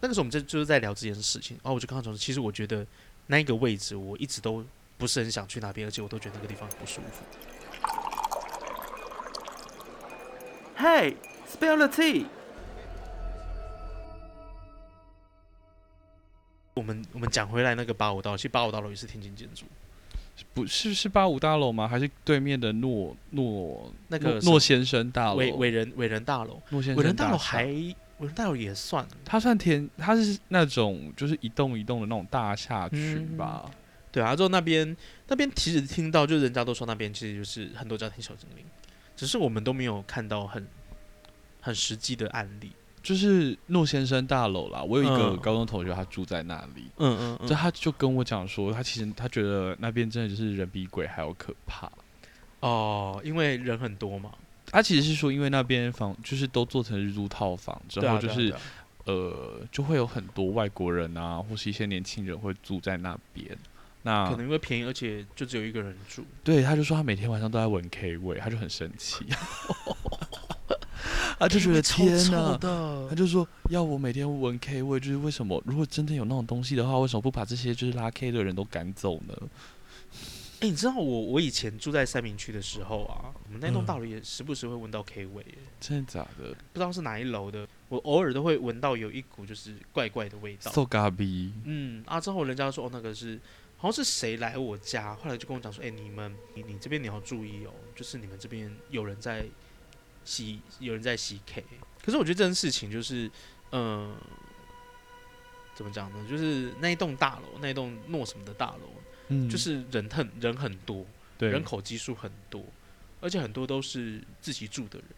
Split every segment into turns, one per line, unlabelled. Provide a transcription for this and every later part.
那个时候我们在就是在聊这件事情，然后我就跟他讲说，其实我觉得那一个位置我一直都不是很想去那边，而且我都觉得那个地方很不舒服。
Hey, spill the tea.
我们我们讲回来那个八五大楼，其实八五大楼也是天津建筑，
不是是八五大楼吗？还是对面的诺诺
那个
诺
什么
诺先生大楼？
伟伟人伟人大楼，
诺先生
伟人大楼
厦
还伟人大楼也算，啊
它算天，它是那种就是一栋一栋的那种大厦群吧？
对啊，之后那边那边其实听到，就人家都说那边其实就是很多家庭小精灵，只是我们都没有看到很很实际的案例。
就是诺先生大楼啦。我有一个
嗯
高中同学，他住在那里，
嗯嗯
就他就跟我讲说，他其实他觉得那边真的就是人比鬼还要可怕。
哦，因为人很多嘛，
他其实是说，因为那边房就是都做成日租套房之
对啊
后，就
对啊
是、
对啊
呃，就会有很多外国人啊，或是一些年轻人会住在那边。那
可能因为便宜，而且就只有一个人住。
对，他就说他每天晚上都在闻 K 味，他就很生 气， 他就觉得
超
天
臭
哪，他
的，
就说要我每天闻 K 味，就是为什么？如果真的有那种东西的话，为什么不把这些就是拉 K 的人都赶走呢？
哎，你知道我我以前住在三明区的时候啊，我们那栋
嗯
大楼也时不时会闻到 K 味耶，
真的假的？
不知道是哪一楼的，我偶尔都会闻到有一股就是怪怪的味道。
so 嘎逼，
嗯啊，之后人家说哦，那个是好像是谁来我家，后来就跟我讲说，哎、你们你你这边你要注意哦，就是你们这边有人在洗，有人在洗 K。可是我觉得这件事情就是，嗯、怎么讲呢？就是那一栋大楼，那一栋诺什么的大楼，
嗯，
就是人很人很多，
对
人口基数很多，而且很多都是自己住的人，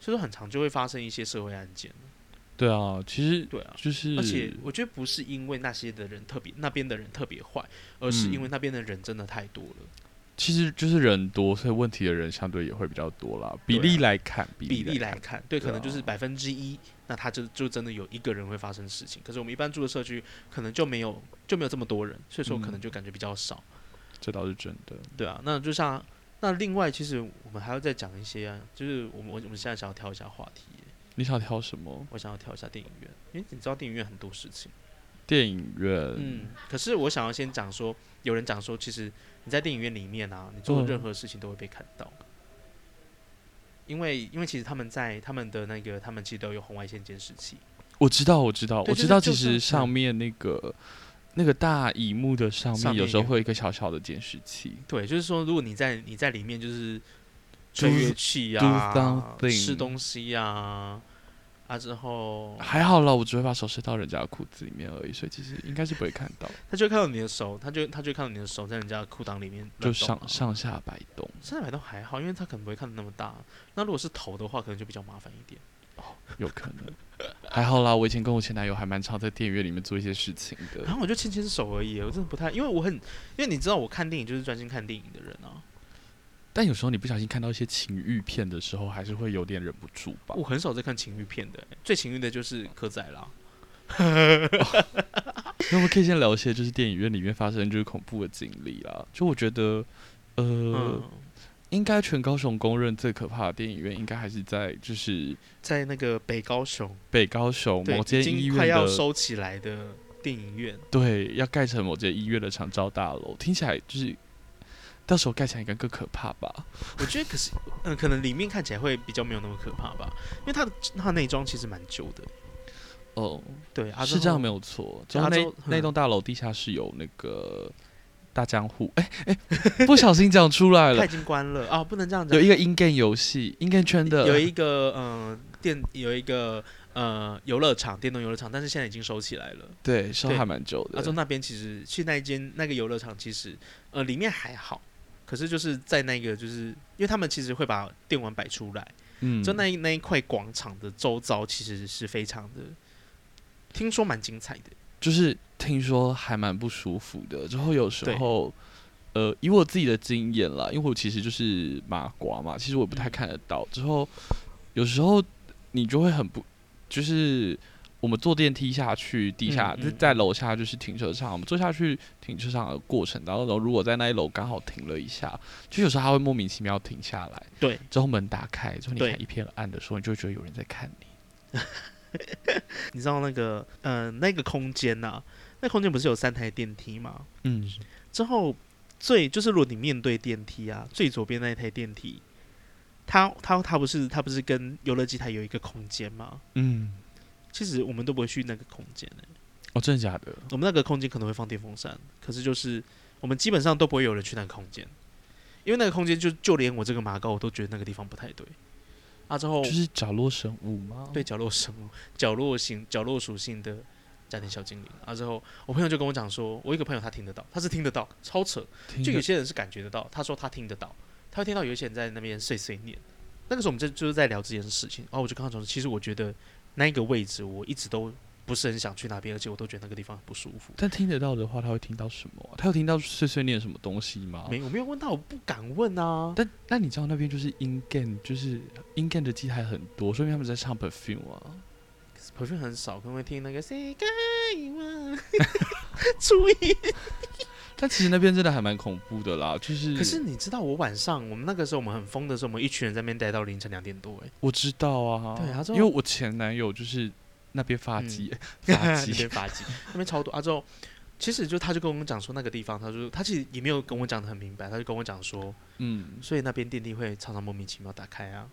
所以说很常就会发生一些社会案件。
对啊，其实
对啊，
就是，
而且我觉得不是因为那些的人特别，那边的人特别坏，而是
嗯
因为那边的人真的太多了。
其实就是人多，所以问题的人相对也会比较多啦。比
对啊
例来看，
比
例
例来
看，
看，对，
对啊
可能就是百分之一，那他就就真的有一个人会发生事情。可是我们一般住的社区，可能就没有就没有这么多人，所以说
嗯
可能就感觉比较少。
这倒是真的。
对啊，那就像那另外，其实我们还要再讲一些、啊，就是我们我我们现在想要挑一下话题耶，
你想挑什么？
我想要挑一下电影院，因为你知道电影院很多事情。
电影院，
嗯，可是我想要先讲说，有人讲说，其实你在电影院里面啊，你做的任何事情都会被看到，因为因为其实他们在他们的那个，他们其实都有红外线监视器，
我知道，我知道，
对
我
就
知
是
道，
就
其
算
实上
嗯
面那个那个大荧幕的上
上
面有
面
时候
有
会有一个小小的监视器，
对，就是说如果你在你在里面就是
Do-
吹乐器
do
啊，
something
吃东西啊，啊之后
还好啦，我只会把手伸到人家的裤子里面而已，所以其实应该是不会看到，
他就会看到你的手，他就他就会看到你的手在人家的裤裆里面
就
乱动啊
上上下摆动。
三百都还好，因为他可能不会看的那么大，那如果是头的话，可能就比较麻烦一点。
有可能。 还好啦，我以前跟我前男友还蛮常在电影院里面做一些事情
然
的。
后我就牵牵手而已，我真的不太，因为我很，因为你知道我看电影就是专心看电影的人啊，
但有时候你不小心看到一些情欲片的时候，还是会有点忍不住吧
我。很少在看情欲片的、欸最情欲的就是柯仔啦。
那我们可以先聊一些就是电影院里面发生就是恐怖的经历啦。就我觉得，呃，
嗯，
应该全高雄公认最可怕的电影院，应该还是在就是
在那个北高雄，
北高雄
对，
某
已
间医
经
院
快要
的
收起来的电影院，
对，要盖成某间医院的长照大楼，听起来就是到时候盖起来应该更可怕吧？
我觉得可是， 嗯、可能里面看起来会比较没有那么可怕吧，因为它的它内装其实蛮旧的、
哦，
对，啊、
是这样没
有？
有错。
对
然后
啊
那
之后
那
嗯
栋大楼地下室有那个大江户，哎、哎、不小心讲出来
它
了
已，经关了啊，不能这样
有
讲。
一个 in game 游戏，in game 圈的
有一个嗯、呃电有一个呃游乐场，电动游乐场，但是现在已经收起来了。
对，烧
对啊
还蛮久
他说
的。
那边其实去那一间那个游乐场，其实呃里面还好，可是就是在那个就是因为他们其实会把电玩摆出来，
嗯
就那一那一块广场的周遭其实是非常的，听说蛮精彩的。
就是听说还蛮不舒服的。之后有时
对
候，呃，以我自己的经验啦，因为我其实就是麻瓜嘛，其实我也不
嗯
太看得到。之后有时候你就会很不，就是我们坐电梯下去地下，
嗯嗯
就在楼下就是停车场，我们坐下去停车场的过程当中，如果在那一楼刚好停了一下，就有时候它会莫名其妙停下来，
对，
之后门打开之后你
对
看一片暗的时候，你就会觉得有人在看你。
你知道那个嗯、呃那个空间呐、那空间不是有三台电梯吗？
嗯，
之后最就是如果你面对电梯啊，最左边那一台电梯，它它它不是它不是跟游乐机台有一个空间吗？
嗯，
其实我们都不会去那个空间、欸、
哦，真的假的？
我们那个空间可能会放电风扇，可是就是我们基本上都不会有人去那个空间，因为那个空间就就连我这个马高我都觉得那个地方不太对。啊，之后
就是角落生物吗？
对，角落生物、角落型、角落属性的家庭小精灵啊。之后我朋友就跟我讲说，我有一个朋友他听得到，他是听得到，超扯。
听
就
着
有些人是感觉得到，他说他听得到，他会听到有一些人在那边碎碎念。那个时候我们就就是在聊这件事情，然哦后我就跟他讲说，其实我觉得那个位置我一直都不是很想去那边，而且我都觉得那个地方很不舒服。
但听得到的话，他会听到什么啊、他有听到碎碎念什么东西吗？
没，我没有问到，我不敢问啊。
啊但那你知道那边就是 in game，就是 in game 的机台很多，说明他们在唱 perfume 啊。
培训很少，可能会听那个《谁该我》注意。
但其实那边真的还蛮恐怖的啦，就是
可是你知道，我晚上我们那个时候我们很疯的时候，我们一群人在那边待到凌晨两点多、欸，
我知道啊，
对啊之
因
后
为我前男友就是那边发
嗯
迹、 发
那
迹
边发髻，那边超多啊。之后，其实就他就跟我讲说那个地方，他就他其实也没有跟我讲的很明白，他就跟我讲说，
嗯，
所以那边电梯会常常莫名其妙打开啊，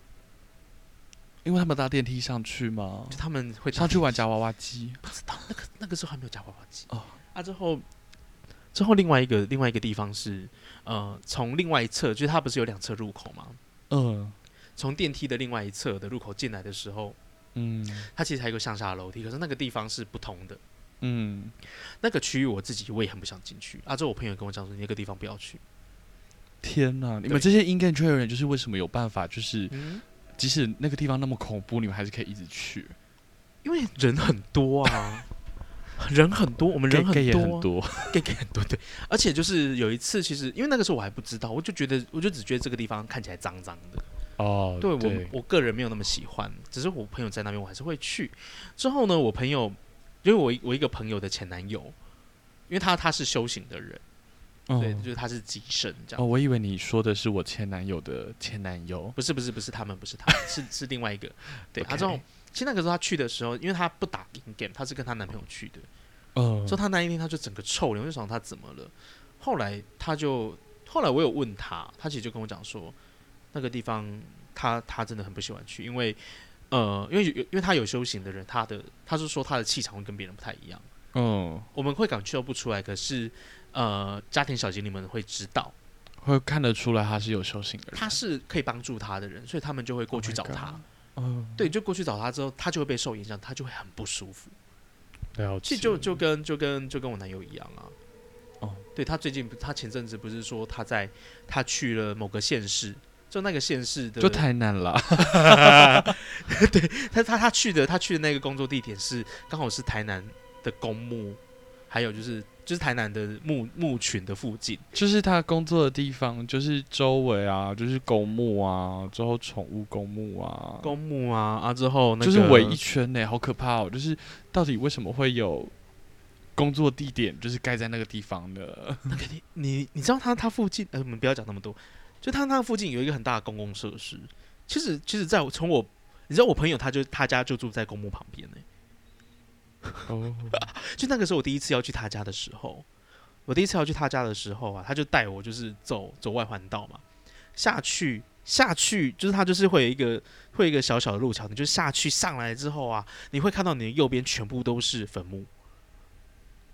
因为他们搭电梯上去嘛
就，他们会
上去玩夹娃娃机，
不知道那个那个时候还没有夹娃娃机
哦
啊。之后之后另外一个另外一个地方是呃，从另外一侧，就是它不是有两侧入口吗？
嗯
从电梯的另外一侧的入口进来的时候，
嗯
它其实还有一个向下的楼梯，可是那个地方是不同的。
嗯，
那个区域我自己我也很不想进去啊。之后我朋友也跟我讲说，你那个地方不要去。
天哪！你
对
们这些 in game 圈的人，就是为什么有办法，就是
嗯，
即使那个地方那么恐怖，你们还是可以一直去，
因为人很多啊，人很多，我们人
gay- gay
很
也
多、
很多，啊
gay gay 很多，对。而且就是有一次，其实因为那个时候我还不知道，我就觉得我就只觉得这个地方看起来脏脏的，
哦，
对我我个人没有那么喜欢，只是我朋友在那边我还是会去。之后呢，我朋友因为我一我一个朋友的前男友，因为他他是修行的人，对，
嗯
就是他是极神这样。
哦，我以为你说的是我前男友的前男友，
不是不是不是他们不是他们 是是另外一个，对，他
OK
之后其实那个时候她去的时候，因为她不打 in game，她是跟她男朋友去的，
嗯
所以她那一天她就整个臭脸，我就想她怎么了。后来她就后来我有问她，她其实就跟我讲说，那个地方她她真的很不喜欢去，因为呃，因为有因为她有修行的人，她的她是说她的气场会跟别人不太一样，
嗯，
我们会感觉不出来，可是呃，家庭小精灵们会知道
会看得出来他是有修行的人，
她是可以帮助她的人，所以他们就会过
Oh
去
my
找
God
她。
嗯，
对，就过去找他之后，他就会被受影响，他就会很不舒服。
了
其
解，
实就就跟就跟就跟我男友一样啊。
哦，
对他最近不他前阵子不是说他在他去了某个县市，就那个县市的，
就太难了，
他他他去的他去的那个工作地点是刚好是台南的公墓，还有就是就是台南的墓墓群的附近。
就是他工作的地方，就是周围啊，就是公墓啊，之后宠物公墓啊，
公墓啊啊之后、那个，
就是围一圈呢、好可怕哦！就是到底为什么会有工作地点就是盖在那个地方呢？
那个你你你知道他他附近，呃，我们不要讲那么多，就他那附近有一个很大的公共设施。其实其实在我从我，你知道我朋友他就他家就住在公墓旁边呢、
哦，
就那个时候我第一次要去他家的时候，我第一次要去他家的时候啊，他就带我就是走走外环道嘛，下去下去就是他就是会有一个会有一个小小的路桥，你就下去上来之后啊，你会看到你的右边全部都是坟墓。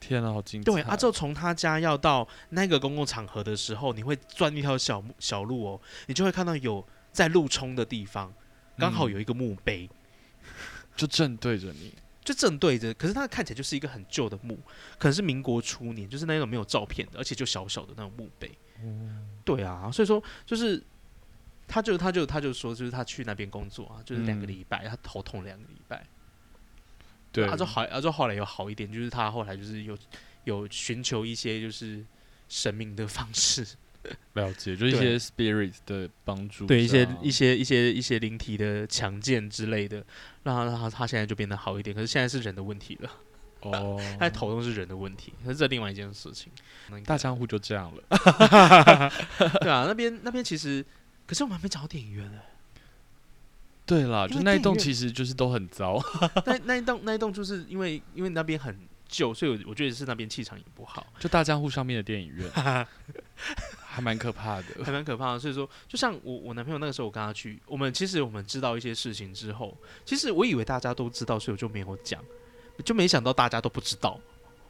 天啊，好精彩！
对啊，之后从他家要到那个公共场合的时候，你会钻一条小木小路哦，你就会看到有在路冲的地方，刚好
嗯
有一个墓碑，
就正对着你，
就正对着。可是它看起来就是一个很旧的墓，可能是民国初年，就是那种没有照片的，而且就小小的那种墓碑。
嗯
对啊，所以说就是。他就他就他就说，就是他去那边工作啊，就是两个
嗯
礼拜，他头痛两个礼拜，
对，
啊，就好，啊，就后来有好一点，就是他后来就是有有寻求一些就是神明的方式，
了解，就一
对
些 spirit 的帮助者啊，
对一些一些一些一些灵体的强健之类的，让他让他他现在就变得好一点。可是现在是人的问题了，
哦，
他的头痛是人的问题，可是这另外一件事情。
大江户就这样了。
对啊，那边那边其实，可是我们还没讲到电影院呢、
对啦，就
因为
那一
电
栋
影院
其实就是都很糟，
那那一栋那一栋就是因为因为那边很旧，所以我我觉得是那边气场也不好，
就大江户上面的电影 院还蛮可怕的。
还蛮可怕的。所以说，就像我我男朋友那个时候，我跟他去，我们其实我们知道一些事情之后，其实我以为大家都知道，所以我就没有讲，就没想到大家都不知道。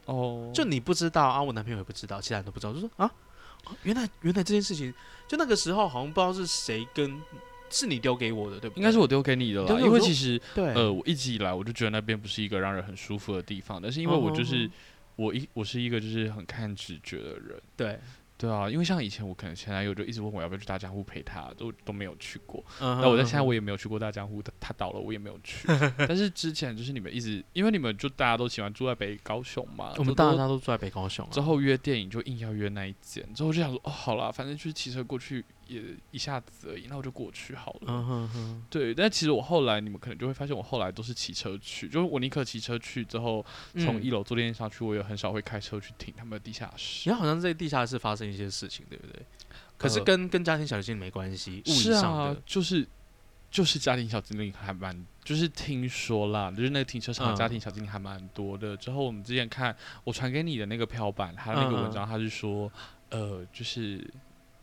哦，
就你不知道啊，我男朋友也不知道，其他人都不知道，就说啊，啊原来原来这件事情，就那个时候好像不知道是谁跟是你丢给我的，对不对？
应该是我丢给你的
你丢
啦，
给
因
我
为
说
其实
对，
呃，我一直以来我就觉得那边不是一个让人很舒服的地方，但是因为
嗯
我
哼
就是
哼
我一我是一个就是很看直觉的人，
对，
对啊，因为像以前我可能前男友就一直问我要不要去大江户陪他，都都没有去过。
那
那我在现在我也没有去过大江户，他他倒了我也没有 去。但是之前就是你们一直，因为你们就大家都喜欢住在北高雄嘛，
我们
就
大
都
家都住在北高雄、啊，
之后约电影就硬要约那一间，之后我就想说哦好啦，反正就是骑车过去也一下子而已，那我就过去好了。
嗯哼哼，
对，但其实我后来你们可能就会发现，我后来都是骑车去，就是我宁可骑车去之后，从一
楼，
楼坐电梯上去，我也很少会开车去停他们的地下室。
你好像在地下室发生一些事情，对不对？可是
呃
跟、跟家庭小精灵没关系，物
是
理上的，
啊，就是就是家庭小精灵还蛮，就是听说啦，就是那个停车场的家
嗯
庭小精灵还蛮多的。之后我们之前看我传给你的那个漂板，他那个
嗯嗯
文章，他是说，呃，就是。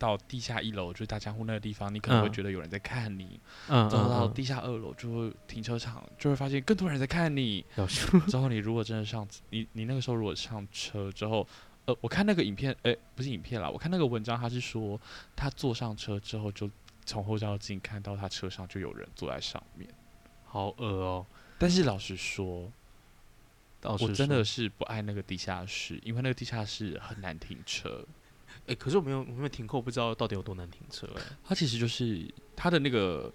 到地下一楼，就是大江户那个地方，你可能会
嗯
觉得有人在看你；
嗯
之后到
嗯，
地下二楼，就会停车场，就会发现更多人在看你。
嗯有
之后你如果真的上，你你那个时候如果上车之后，呃，我看那个影片，哎、不是影片啦，我看那个文章，他是说他坐上车之后就从后照镜看到他车上就有人坐在上面。
好恶哦、
但是老实说，
倒是
我真
说
的，是不爱那个地下室，因为那个地下室很难停车。
哎、可是我没有我没有停扣，不知道到底有多难停车、哎
它其实就是它的那个，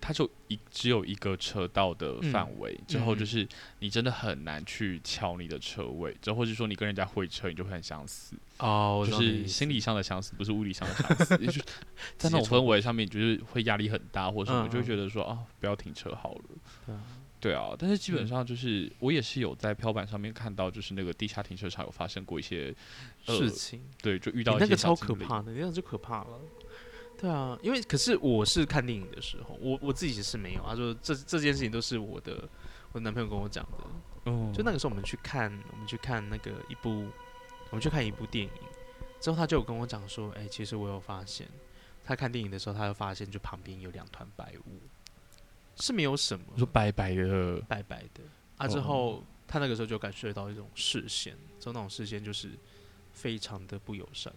它就一只有一个车道的
嗯
范围，之后
嗯
就
嗯
是你真的很难去敲你的车位，之后或者说你跟人家会车，你就会很相似。
哦，我知
就
道你的
是
意
心
思
理上的相似，不是物理上的 相似，也就是在那种
直接错
氛围上面，就是会压力很大或什么，
嗯
就
嗯
会觉得说啊，不要停车好了。
对啊
对啊，但是基本
嗯
上就是、我也是有在飘板上面看到，就是那个地下停车场有发生过一些呃
事情。
对，就遇
你
到一
那
些
个超
小精
可
灵，
怕的，你那个就可怕了。对啊，因为可是我是看电影的时候，我我自己是没有。他说这这件事情都是我的我男朋友跟我讲的。
嗯，
就那个时候我们去看，我们去看那个一部，我们去看一部电影之后，他就有跟我讲说，哎、其实我有发现，他看电影的时候，他就发现就旁边有两团白雾，是没有什么
我说白白的，
白白的啊。
哦
之后他那个时候就感受到一种视线，就那种视线就是非常的不友善。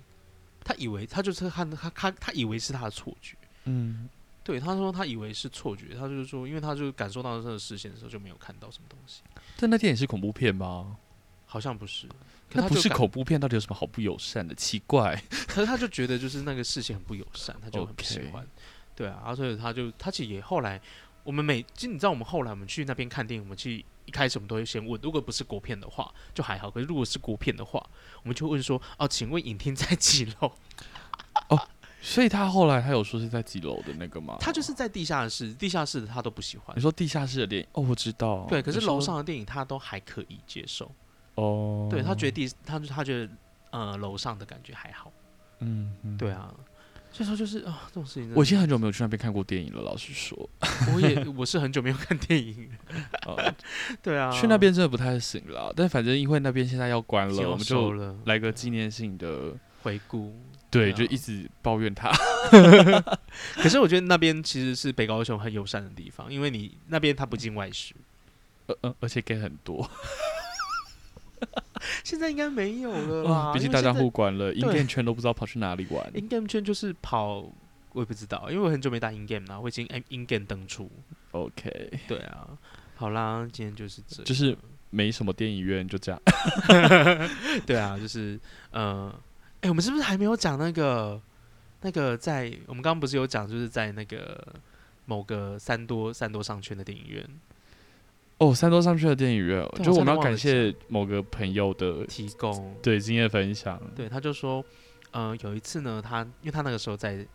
他以为他就是看他他他以为是他的错觉，
嗯，
对他说他以为是错觉，他就是说，因为他就感受到这个视线的时候就没有看到什么东西，
但那电影是恐怖片吗？
好像不是，可
那
他
不
就是感
恐怖片，到底有什么好不友善的？奇怪，
可是他就觉得就是那个事情很不友善，他就很不喜
OK
欢。对啊，啊所以他就他其实也后来，我们每其实你知道我们后来我们去那边看电影，我们去一开始我们都会先问，如果不是国片的话就还好，可是如果是国片的话，我们就问说哦，请问影厅在几楼？
所以他后来他有说是在几楼的那个吗？
他就是在地下室，地下室的他都不喜欢
你。说地下室的电影，哦，我知道，
对，可是
你说
楼上的电影他都还可以接受，
哦，
对他觉得地他他觉得呃楼上的感觉还好。
嗯嗯
对啊，所以说就是啊、这种事情真的，
我已经很久没有去那边看过电影了，老 实说，
我也我是很久没有看电影了，
呃
对啊，
去那边真的不太行了。但反正因为那边现在要关 了，我
我
们
们
就
了。
来个纪念性的，
回顾。对
对，
啊
就一直抱怨他。
可是我觉得那边其实是北高雄很友善的地方，因为你那边它不进外食。
呃呃，而且给很多，
现在应该没有了啦，
嗯毕
啊因为
竟大家
现在
互关了，音
对
店圈都不知道跑去哪里玩。
in game 圈就是跑，我也不知道，因为我很久没打 in game 啦，我已经 in game 登出。
OK，
对啊，好啦，今天就是这样，
就是没什么电影院，就这样。
对啊，就是呃，哎、我们是不是还没有讲那个那个在我们刚刚不是有讲，就是在那个某个三多三多商圈的电影院
哦，三多上去的电影院，
对啊
就
我差点
我们要
忘
感
了
谢某个朋友的
提供，
对经验分享。
对，他就说，呃，有一次呢，他因为他那个时候在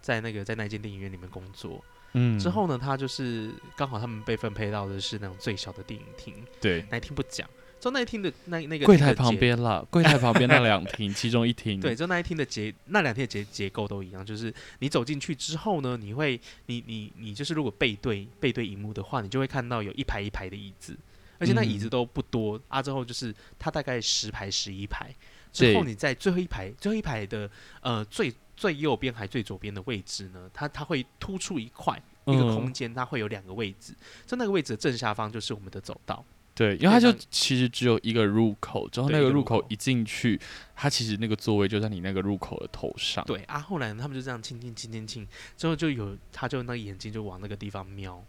在那个在那间电影院里面工作，
嗯，
之后呢，他就是刚好他们被分配到的是那种最小的电影厅，
嗯对
那一厅不讲，就那一厅的那那个
柜台
那个结
旁边啦，柜台旁边那 两厅，其中一厅，
对，，就那一天的结，那两天的结结构都一样，就是你走进去之后呢，你会，你你你就是如果背对背对荧幕的话，你就会看到有一排一排的椅子，而且那椅子
嗯
都不多、啊。之后就是它大概十排十一排，之后
对
你在最后一排最后一排的呃最最右边还最左边的位置呢，它它会突出一块。一个
嗯
空间，它会有两个位置，在那个位置的正下方就是我们的走道，
对，因为它就
非常
其实只有一个入口，之后
对
那
一
个
个入
入口
口
一进去，它其实那个座位就在你那个入口的头上。
对啊，后来呢他们就这样亲亲亲亲亲，之后就有他就那个眼睛就往那个地方瞄，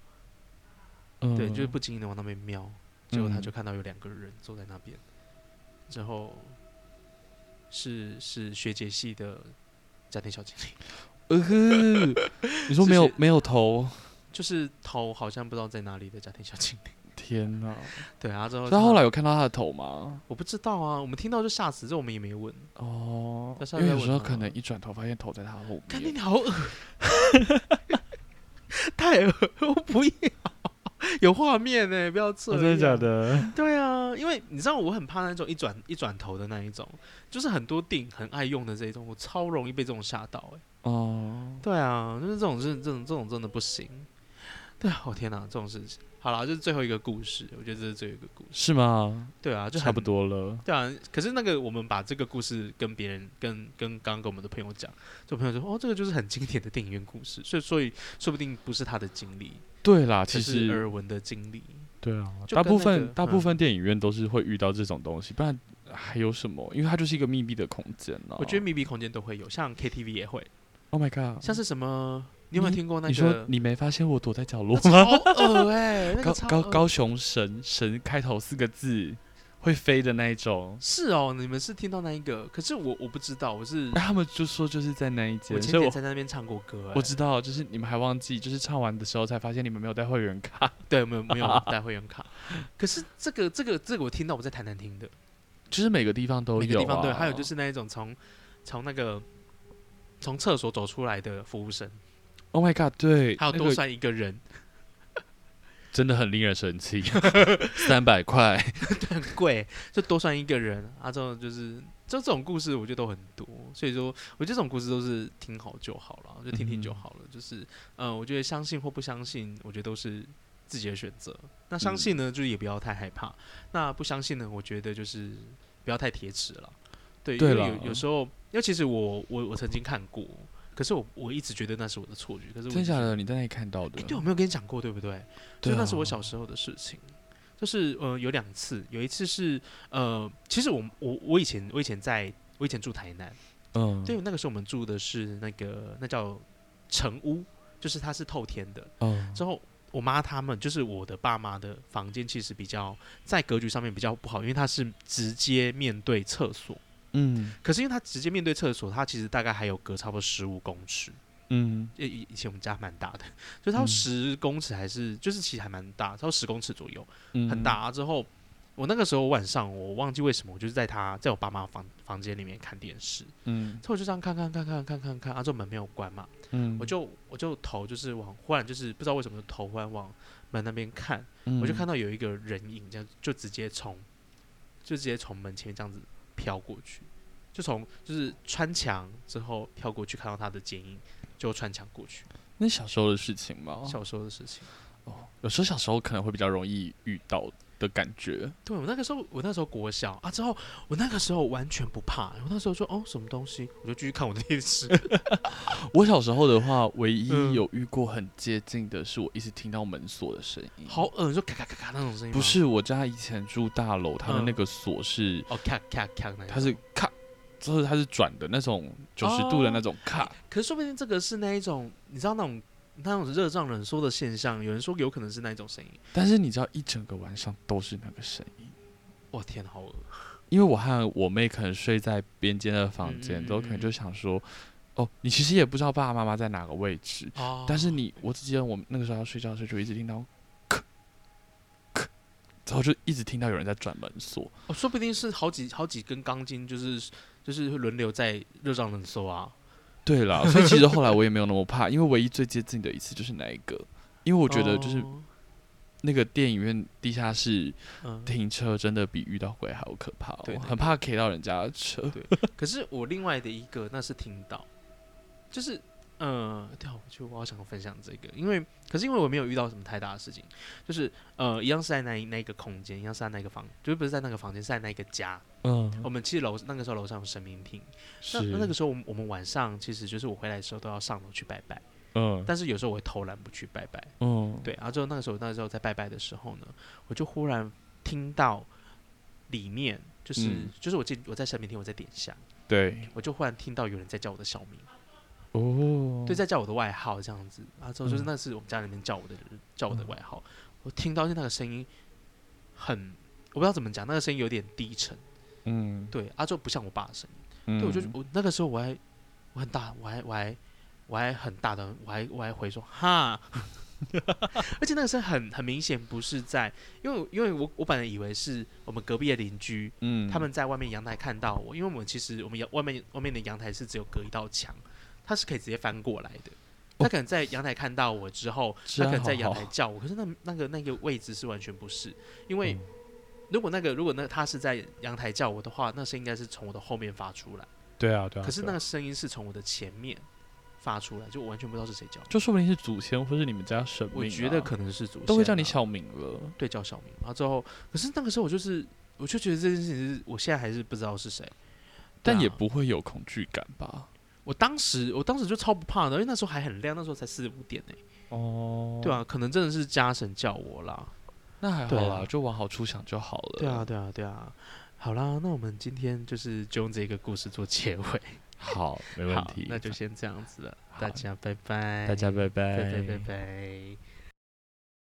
嗯，
对， 就是不经意的往那边瞄，结果他
嗯
就看到有两个人坐在那边，之后是是学姐系的家庭小精灵，
呃呵，你说没有
是
没有头，
就是头好像不知道在哪里的家庭小精灵。
天哪！
对啊，之后
所以
就
后来有看到他的头吗？
我不知道啊，我们听到就吓死，这我们也没问。
哦
那，上
因
面啊
为有时候
问他
可能一转头发现头在他后
看
面
你。好恶， 太恶，我不要， 有画面呢、不要这样。
哦的？
对啊，因为你知道我很怕那种一转一转头的那一种，就是很多电影很爱用的这一种，我超容易被这种吓到哎、
哦，
对啊，就是这种是这种这种真的不行。对啊，我、天哪，这种事情。好啦，啊就是最后一个故事，我觉得这是最后一个故事。
是吗？
对啊，就
差不
很。
多了。
对啊，可是那个我们把这个故事跟别人、跟跟刚刚跟我们的朋友讲，就朋友说哦，这个就是很经典的电影院故事，所以所以说不定不是他的经历，
对啦，
可
其
是
实
耳闻的经历。
对啊，
就
大
跟
部
那
分
个
大部
嗯
分电影院都是会遇到这种东西，不然还有什么？因为它就是一个密闭的空间呢。
我觉得密闭空间都会有，像 KTV 也会，
，Oh my god，
像是什么，你有没有
你
听过那
你说
个？
你没发现我躲在角落
那
吗？
超恶哎、 那
高
个超
高
恶
高雄神神开头四个字会飞的那一种，
是哦，你们是听到那一个，可是我我不知道，我 是
那他们就说就是在那一
我
间，
前
所以
天
我
才在那边唱过歌、哎
我知道，就是你们还忘记，就是唱完的时候才发现你们没有带会员卡，
对没有没 有带会员卡，可是这个这个这个我听到我在台南听的，
就是每个地方都有、啊，
每个地方都有，还有就是那一种从从那个从厕所走出来的服务生，
，Oh my god，对，
还有
那
多
个
算一个人，
真的很令人生 气，三百块，
很贵，就多算一个人啊，这种就是就这种故事，我觉得都很多，所以说我觉得这种故事都是听好就好了，就听听就
嗯
好了，就是嗯、呃我觉得相信或不相信，我觉得都是自己的选择。那相信
嗯
呢，就是也不要太害怕；那不相信呢，我觉得就是不要太铁齿了。对，
对
因为
啦
有有时候，因为其实我我我曾经看过，可是我我一直觉得那是我的错觉，可是我
真
一直
假
觉得
的？你在那里看到的？
哎、对，我没有跟你讲过，对不对？
对
就那是
啊
我小时候的事情。就是呃，有两次，有一次是呃，其实我我我以前我以前在我以前住台南，
嗯，
对，那个时候我们住的是那个那叫城屋，就是它是透天的。
嗯，
之后我妈他们就是我的爸妈的房间，其实比较在格局上面比较不好，因为它是直接面对厕所。
嗯
可是因为它直接面对厕所，它其实大概还有隔差不多十五公尺，
嗯，
以以以前我们家蛮大的，就是它
嗯
十公尺还是、就是其实还蛮大，它十公尺左右，
嗯
很大、，啊。之后我那个时候晚上我忘记为什么，我就是在他在我爸妈房房间里面看电视，
嗯
之后我就这样看看看看看看看，啊，这门没有关嘛，
嗯，
我就我就头就是往忽然就是不知道为什么头忽然往门那边看，我就看
到，
到有一个人影这样就直接从就直接从门前面这样子飘过去。就从就是穿墙之后飘过去，看到他的剪影，就穿墙过去。
嗯那小时候的事情嘛，
小时候的事情。
哦，有时候小时候可能会比较容易遇到的感觉，
对我那个时候，我那时候国小啊，之后我那个时候完全不怕，我那时候说哦什么东西，我就继续看我的电 视。
我小时候的话，唯一
嗯
有遇过很接近的是，我一直听到门锁的声音。
好，恶，就咔咔咔咔那种声音吗。
不是我家以前住大楼，它的
嗯
那个锁是、
哦咔咔咔那种。
它是咔，就是它是转的那种九十
哦
度的那种咔。
可是说不定这个是那一种，你知道那种那种热胀冷缩的现象，有人说有可能是那一种声音。
但是你知道，一整个晚上都是那个声音。
哇天，好恶。
因为我和我妹可能睡在边间的房
嗯嗯
间，
嗯
之后可能
嗯
就想说，哦，你其实也不知道爸爸妈妈在哪个位置，
哦。
但是你，我只记得我那个时候要睡觉的时候，就一直听到咔咔，之后就一直听到有人在转门锁。
哦，说不定是好几好几根钢筋，就是就是轮流在热胀冷缩啊。
对 啦，所以其实后来我也没有那么怕，因为唯一最接近的一次就是那一个，因为我觉得就是
哦
那个电影院地下室
嗯，
停车真的比遇到鬼还要可怕、哦，
对对对
很怕 K 到人家的车。
可是我另外的一个那是听到，就是呃，对啊，我就我好想分享这个，因为可是因为我没有遇到什么太大的事情，就是呃，一样是在那一那一个空间，一样是在那个房，就是不是在那个房间，是在那一个家。
嗯，
我们其实楼那个时候楼上有神明厅，
是
那那个时候我们我们晚上其实就是我回来的时候都要上楼去拜拜，
嗯
但是有时候我会偷懒不去拜拜。
嗯，
对，然后之后那个时候，那个时候在拜拜的时候呢，我就忽然听到里面就是、
嗯
就是我进我在神明厅，我在点香，
对
我就忽然听到有人在叫我的小名，
哦，
对，在叫我的外号这样子。然后之后就是
嗯
那是我们家里面叫我的人叫我的外号，我听到就那个声音很，我不知道怎么讲，那个声音有点低沉，
嗯，
对，啊就不像我爸的声音，
嗯，
对，我就我那个时候我还我很大，我还我还。我还很大的，我还我还回说 哈，而且那个声很很明显不是在，因为因为我我本来以为是我们隔壁的邻居，
嗯，
他们在外面阳台看到我，因为我们其实我们阳外面外面的阳台是只有隔一道墙，他是可以直接翻过来的。他可能在阳台看到我之后，
治
他
安
可能在
好
阳
哦啊好
台叫我，可是那那个那个位置是完全不是，因为
嗯
如果那个如果那他是在阳台叫我的话，那声音应该是从我的后面发出来，
对啊对啊，
可是
对
那
啊
个声音是从我的前面发出来，就我完全不知道是谁叫我。
就说不定是祖先或是你们家神明啊、
我觉得可能是祖先、
都会叫你小名了。
对叫小明，然后之后，可是那个时候我就是我就觉得这件事情是我现在还是不知道是谁，
但也
不。
不会有恐惧感吧？
我当时我当时就超不怕的，因为那时候还很亮，那时候才四五点呢、欸
哦
对，啊，可能真的是家神叫我啦。
那还好
对
啦，
啊
就往好处想就好了。
对啊，，对啊，对啊。好啦，那我们今天就是就用这个故事做结尾。
好，没问
好
题，，
那就先这样子了，
好
大家拜拜，
大家拜拜，
拜拜拜拜。